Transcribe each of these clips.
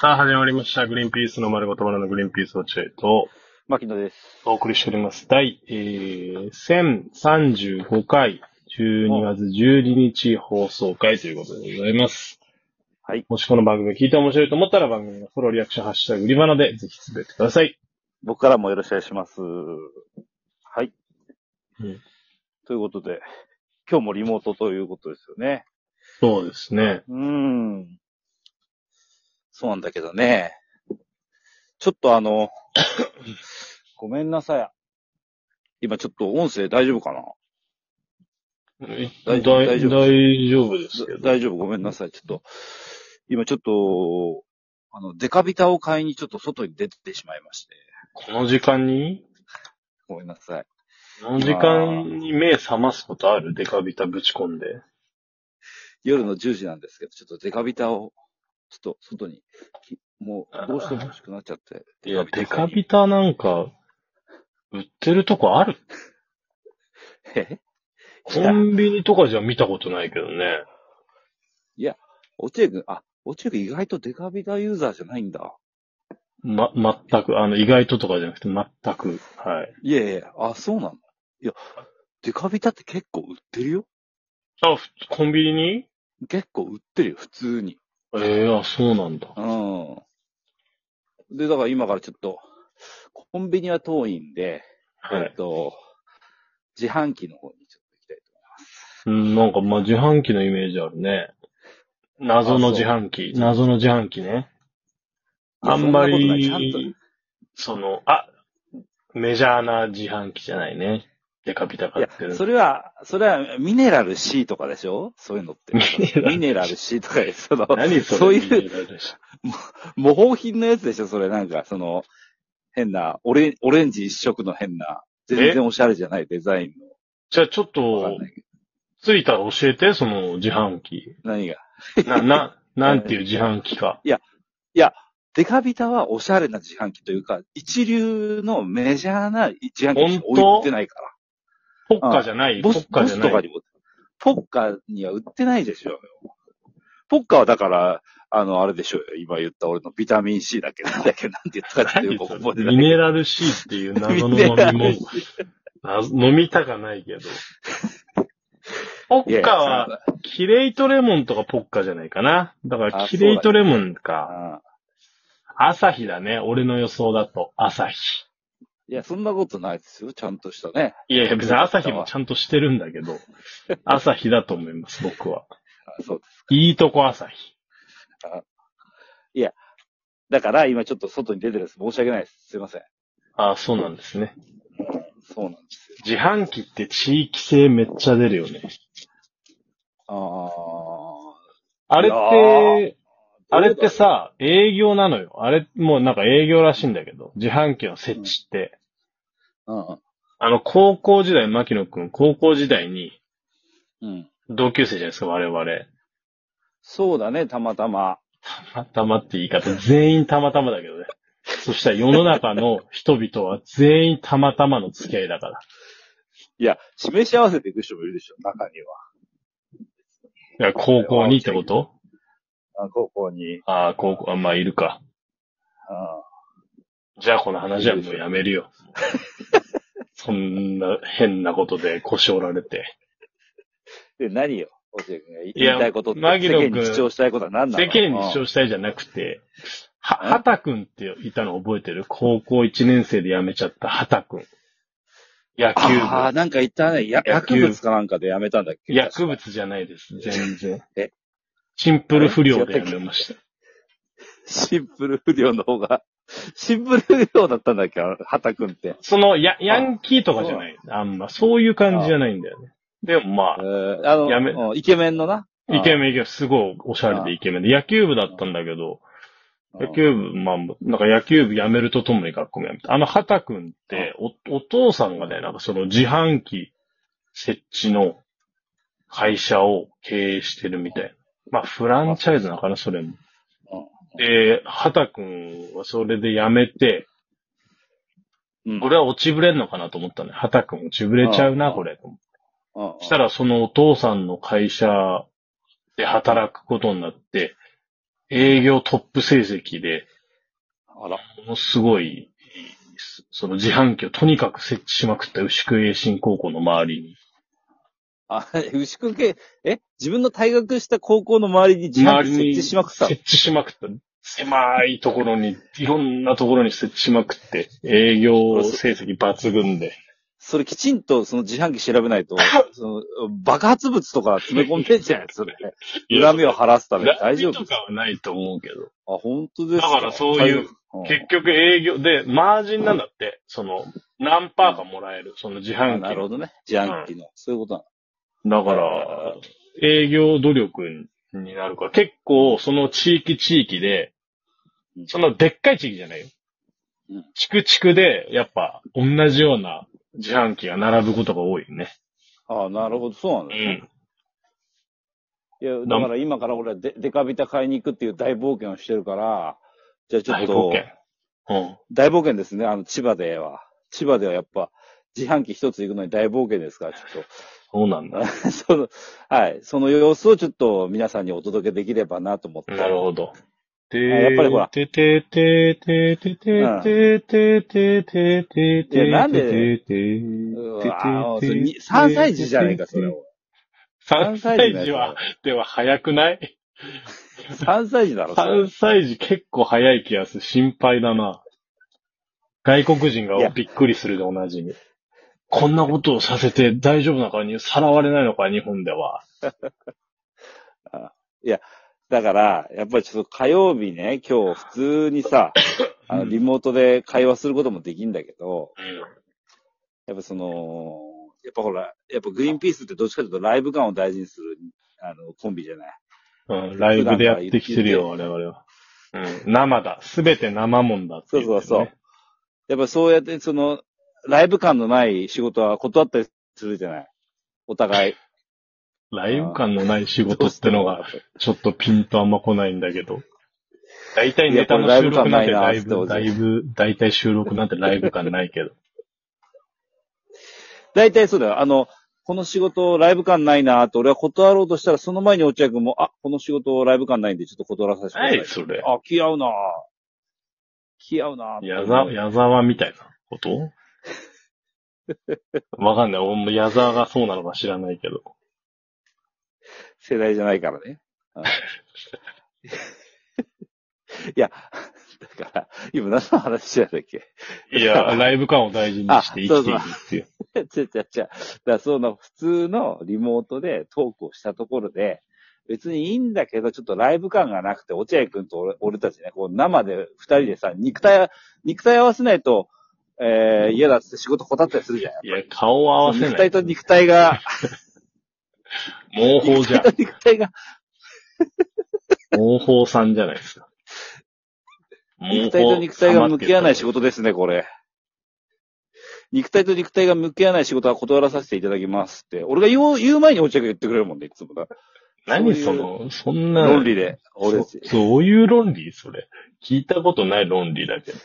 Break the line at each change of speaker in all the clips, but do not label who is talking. さあ、始まりました。グリーンピースの丸ごとバナナグリーンピースのチェイと
牧野です。
お送りしております。第、えー、1035回、12月12日放送回ということでございます。
はい。
もしこの番組聞いて面白いと思ったら番組のフォローリアクション、ハッシュタグ、売りバナでぜひつぶやいてください。
僕からもよろしくお願いします。はい。
うん
ということで、今日もリモートということですよね。
そうですね。
うーん。そうなんだけどね。ちょっとあ の、ごめんなさい。今ちょっと音声大丈夫かな
大
大丈夫
大
大丈夫
大丈夫ですけど。
大丈夫、ごめんなさい。ちょっと、今ちょっと、あの、デカビタを買いにちょっと外に出てしまいまして。
この時間に
ごめんなさい。
この時間に目覚ますことあるデカビタぶち込んで。
夜の10時なんですけど、ちょっとデカビタを、ちょっと外に、きもう、どうしても欲しくなっちゃって。
いや、デ
買
カ
いに
ビタなんか、売ってるとこある
えい
コ
や、
ンビニとかじゃ見たことないけどね。
落合君、あ、落合君意外とデカビタユーザーじゃないんだ。
ま、まく、あの、意外ととかじゃなくて、全く。はい。
いやいや、あ、そうなのいや、デカビタって結構売ってるよ
あ、ふコンビニに
結構売ってるよ、普通に。
ええあ、そうなんだ。
うん。で、だから今からちょっと、コンビニは遠いんで、
は
えっ
い。
と、自販機の方にちょっと行きたいと
うん、なんか、まあ、自販機のイメージあるね。謎の
あ
自
そう
販機。謎の自販機ね。
いや
あんま
そんなことないちゃんと
り、その、あ、メジャーな自販機じゃないね。デカビタ
い
買
や
ってる、の。
それは、それはミネラル C とかでしょそういうのって。ミ
ミ
ネラル C とかで、その、
何 それ
そういう
ミネラル
模倣品のやつでしょそれなんか、その、変な、オレオレンジ一色の変な、全然おしゃれじゃないデザイン
じゃあ、ちょっ
の。わか
と
んな、いけど。
ついたら教えて、その自販機。
何が。
な、な、なんていう自販機か。
デカビタはおしゃれな自販機というか、一流のメジャーな自販機しか
本当
置いてないから。
ポッカじゃない、ポ
ボス
ッカ
ボ
じゃ
スと
な
か
い。
にも、ポッカには売ってないでしょ。ポッカはだから、あの、あれでしょうよ。今言った俺のビタミン C だっけなんだっけなんて言ったかちょっとよく覚えてな
ミ
い。
ネラル C っていう謎の
ミネ
飲
ラ
み
ル
物謎。飲みたかないけど。ポッカ
い
は、
や
キレイトレモンとかポッカじゃないかな。だか
あ
ら、キレイトレモン
そん
か。
なうん
アサヒだね。俺の予想だと、アサヒ。
いや、そんなことないですよ。ちゃんとしたね。
いやいや、別にアサヒもちゃんとしてるんだけど、アサヒだと思います、僕は。
あそうです。
いいとこアサヒ。
だから、今ちょっと外に出てるんです。申し訳ないです。すいません。
ああ、そうなんですね。
そうなんですよ。
自販機って地域性めっちゃ出るよね。
あ
あれって、
ー
あれってさ、営業なのよ。あれ、もうなんか営業らしいんだけど、自販機の設置って。
ー。
あの、高校時代、牧野くん、高校時代に、
うん。うん。
同級生じゃないですか、我々。
そうだね、たまたま。
たまたまって言い方、全員たまたまだけどね。そしたら世の中の人々は全員たまたまの付き合いだから。
いや、示し合わせていく人もいるでしょ、中には。
いや、高校にってこと
あ高校に。
ああ、高校、あまあ、いるか。
うん
じゃあこの話はもうやめるよ。そんな変なことで腰折られて。
で、何よ、落合君が言い
いや
言いたいことって、世
牧野君
間に主張したいことは何なの
世間に主張したいじゃなくて、は、はたくんっていたの覚えてる高校1年生で辞めちゃったはたくん。野球
ああー、
部。
なんか言ったね。や
野球
薬物かなんかでやめたんだっけ
薬物じゃないです、全 然。
え
シンプル不良で辞めました。
シンプル不良の方が、 シンプル不良だったんだっけはたくんって。
その、や、ヤンキーとかじゃない。あんま、そういう感じじゃないんだよね。でもまあ、
えー、あの
やめ
うんイケメンのな。
イケメン、イケメン、すごいおしゃれでイケメンで、野球部だったんだけど、
うん
野球部、まあ、なんか野球部辞めるとともに学校も辞めた。あの、はたくんって、お、お父さんがね、なんかその自販機設置の会社を経営してるみたいな。まあ、フランチャイズなのかな、それも。で、はたくんはそれで辞めて、
うん。
これは落ちぶれんのかなと思ったね。はたくん落ちぶれちゃうな、
うん
これ。
うん
したら、そのお父さんの会社で働くことになって、営業トップ成績で、
あら。
ものすごい、その自販機をとにかく設置しまくった牛久栄新高校の周りに、
あ、 牛久系、え自分の退学した高校の周りに自販機設置しま くったの
設置しまくった。狭いところに、いろんなところに設置しまくって、営業成績抜群で。
それきちんとその自販機調 べないと、その爆発物とか詰め込んでんじゃないそれ。恨みを晴らすために大丈
恨
夫
みとかはないと思うけど。
あ、本当です
だからそういう、
はい
結局営業で、マージンなんだって、その、何パーかもらえる、その自
うんあ
販機
なる
の。
ほどね。自販機の。そういうことなの。
だから、営業努力になるから、結構その地域地域で
うん、
そのでっかい地域じゃないよ
うん。
地区地区で、やっぱ、同じような自販機が並ぶことが多いよね。
あなるほど。そうなんだ、ね。いや、
な
だから今から俺はデデカビタ買いに行くっていう大冒険をしてるから、じゃあちょっ
大
と
貢、献。うん。
大冒険ですね。あの、千葉では。千葉ではやっぱ、自販機一つ行くのに大冒険ですから、ちょっと。
そうなんだ。
その、はい。その様子をちょっと皆さんにお届けできればなと思って。
なるほど。て
やっぱりほら
ててててててててててて
い
て。
やなんで
ててて
う
て
わ
て
そ
て
れに3歳児じゃねえか、それ。を。
3
3歳
歳
児
児
だよ
は、では早くない
3歳児だろ、それ
?3 歳児結構早い気がする。心配だな。外国人
いや
がびっくりするでおなじみ。こんなことをさせて大丈夫なのかに、さらわれないのか、日本では。
だから、やっぱりちょっと火曜日ね、今日普通 にさ、あの、リモートで会話することもできんだけど、やっぱその、やっぱほら、やっぱグリーンピースってどっちかというとライブ感を大事にする、あの、コンビじゃない。
うん、ライブでやってきてるよ、我々は。うん、生だ。すべて生もんだって言ってるね、
そうそうそうやっぱそうやって、その、ライブ感のない仕事は断ったりするじゃない。お互い。
ライブ感のない仕事ってのが、ちょっとピンとあんま来ないんだけど。大体ネタの収録なんてライブ、だいぶ、大体収録なんてライブ感ないけど。
大体そうだよ。あの、この仕事ライブ感ないなと俺は断ろうとしたら、その前に落合君も、あ、この仕事ライブ感ないんでちょっと断らさせてくださ。
ないい、それ。
あ、気合うな気合うな
矢沢、矢沢みたいなこと わかんない。俺も矢沢がそうなのか知らないけど。
世代じゃないからね。うんいや、だから、今何の話してたんだっけ
い や、ライブ感を大事にして生きているっていう。
ちゃちゃちゃ。だからその普通のリモートでトークをしたところで、別にいいんだけど、ちょっとライブ感がなくて、落合くんと俺俺たちね、こう生で二人でさ、肉体、肉体合わせないと、えー、嫌だっつって仕事こたったりするじゃん。
いや、顔を合わせ
肉
な
体
い。
と肉体が、
猛法
肉
じゃ
体
ん
と。肉体が、
猛法さんじゃないですか。
肉体と肉体が向き合わない仕事ですね、これ。肉体と肉体が向き合わない仕事は断らさせていただきますって。俺が言う言う前に落合が言ってくれるもんね、いつもな。
何
そ
そう
いう
の、そんな。
論理で。俺た
そ
ち。
そういう論理それ。聞いたことない論理だけど。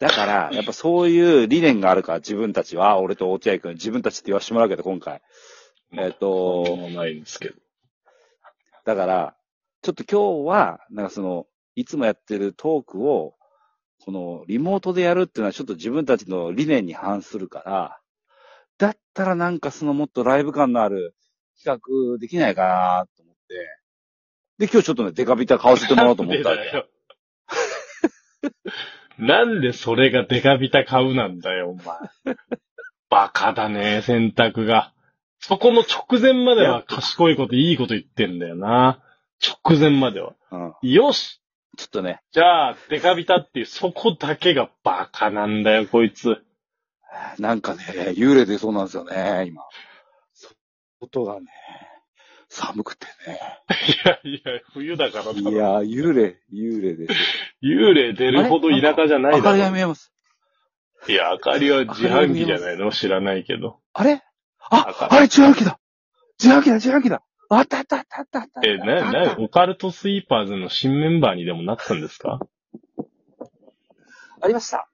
だから、やっぱそういう理念があるから、自分たちは、俺と落合君、自分たちって言わせてもらうけど、今回。えっ、
そう
と、
もないんですけど。
だから、ちょっと今日は、なんかその、いつもやってるトークを、この、リモートでやるっていうのは、ちょっと自分たちの理念に反するから、だったらなんかそのもっとライブ感のある企画できないかなと思って。で、今日ちょっとね、デカビタ買わせてもらおうと思 ったわけ。
なんでそれがデカビタ買うなんだよ、お前。バカだね、選択が。そこの直前までは賢いこと、いいこと言ってんだよな。直前までは。
うん。
よし
ちょっとね、
じゃあ、デカビタっていう、そこだけがバカなんだよ、こいつ。
なんかね、幽霊出そうなんですよね、今。外がね、寒くて
いや いや、冬だからだ
ね。い
ろ
やー、幽霊、幽霊 です。
幽霊出るほど田舎じゃないだ
明
ろ
かりが見えます。
いや、明かりは自販機じゃないの知らないけど。
あれ
明
あ
か、り
あれ自販機だ自販機だ自販機だあったあったあったあったあった。
え、な、な、オカルトスイーパーズの新メンバーにでもなったんですか
ありました。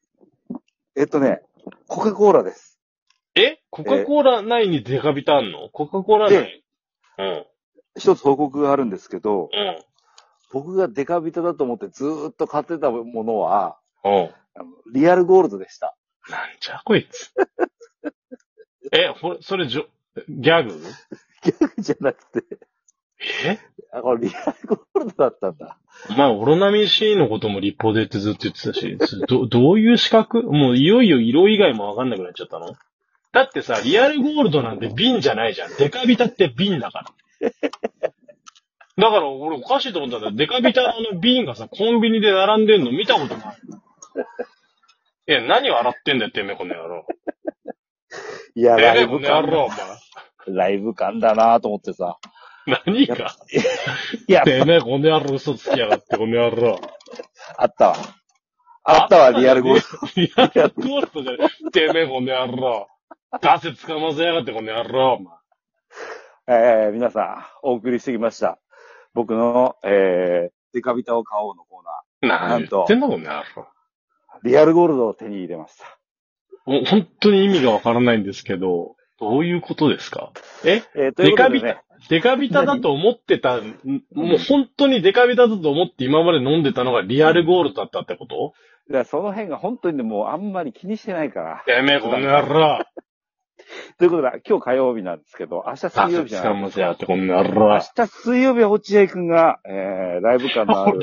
えっとね、コカ・コーラです。
えコカ・コーラ内にデカビタあんのコカ・コーラ内。うん。
一つ報告があるんですけど、
うん。
僕がデカビタだと思ってずーっと買ってたものは、
おう
あのリアルゴールドでした。
なんじゃこいつ。え、ほれ、それじょ、ギャグ
じゃなくて、
え
あ、これリアルゴールドだったんだ。
お前、オロナミン C のことも立法でってずっと言ってたし、 ど、どういう資格もういよいよ色以外もわかんなくなっちゃったのだってさ、リアルゴールドなんて瓶じゃないじゃん。デカビタって瓶だから。 だから俺おかしいと思ったんだよ。デカビタのあの瓶がさ、コンビニで並んでんの見たことない。いや、何を洗ってんだよ、てめえ、この野郎。
いや、
てめ
ラ
え、
イ
この
ブ
野
感、
郎、お前。
ライブ感だなと思ってさ。
何 か。
いや、
てめえ、この野郎嘘つきやがって、この野郎。
あったわ。あったわ、リアルゴールド。
リアルゴールドじゃねえ。てめえ、この野郎。ガセつかませやがって、この野郎。
えー、皆さん、お送りしてきました。僕の、えー、デカビタを買おうのコーナ
お前何言ってんだ、この野郎。
ー。リアルゴールドを手に入れました。
もう本当に意味がわからないんですけど、どういうことですかえ
えー、ということ
デ
で
カ
ね、
デカビタだと思ってた、んもう本当にデカビタだと思って今まで飲んでたのがリアルゴールドだったってこと
だからその辺が本当にねもうあんまり気にしてないから。
てめえ、この野郎。
ということで、今日火曜日なんですけど、明日
ガ
水曜
セ
日
つ
じゃ
か
ない。
ませやがって、この野
明
郎。
日水曜日は落合くんが、えー、ライブ感のある。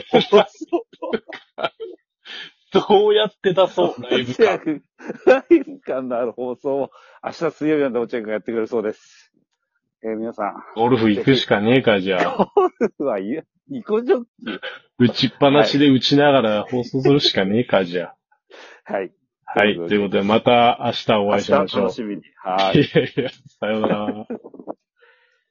どうやって出そう、ライブ
落合
感。
くんライブ感のある放送を、明日水曜日なんで落合くんがやってくれるそうです。えー、皆さん、
ゴルフ行くしかねえか、じゃあ。
うわ、いや、ニコジョッキー。
打ちっぱなしで打ちながら放送するしかねえか、じゃあ。
はい。
はい。ということで、また明日お
明
会い
日
しましょう
楽。しみに。はい。
いやいや、さようなら。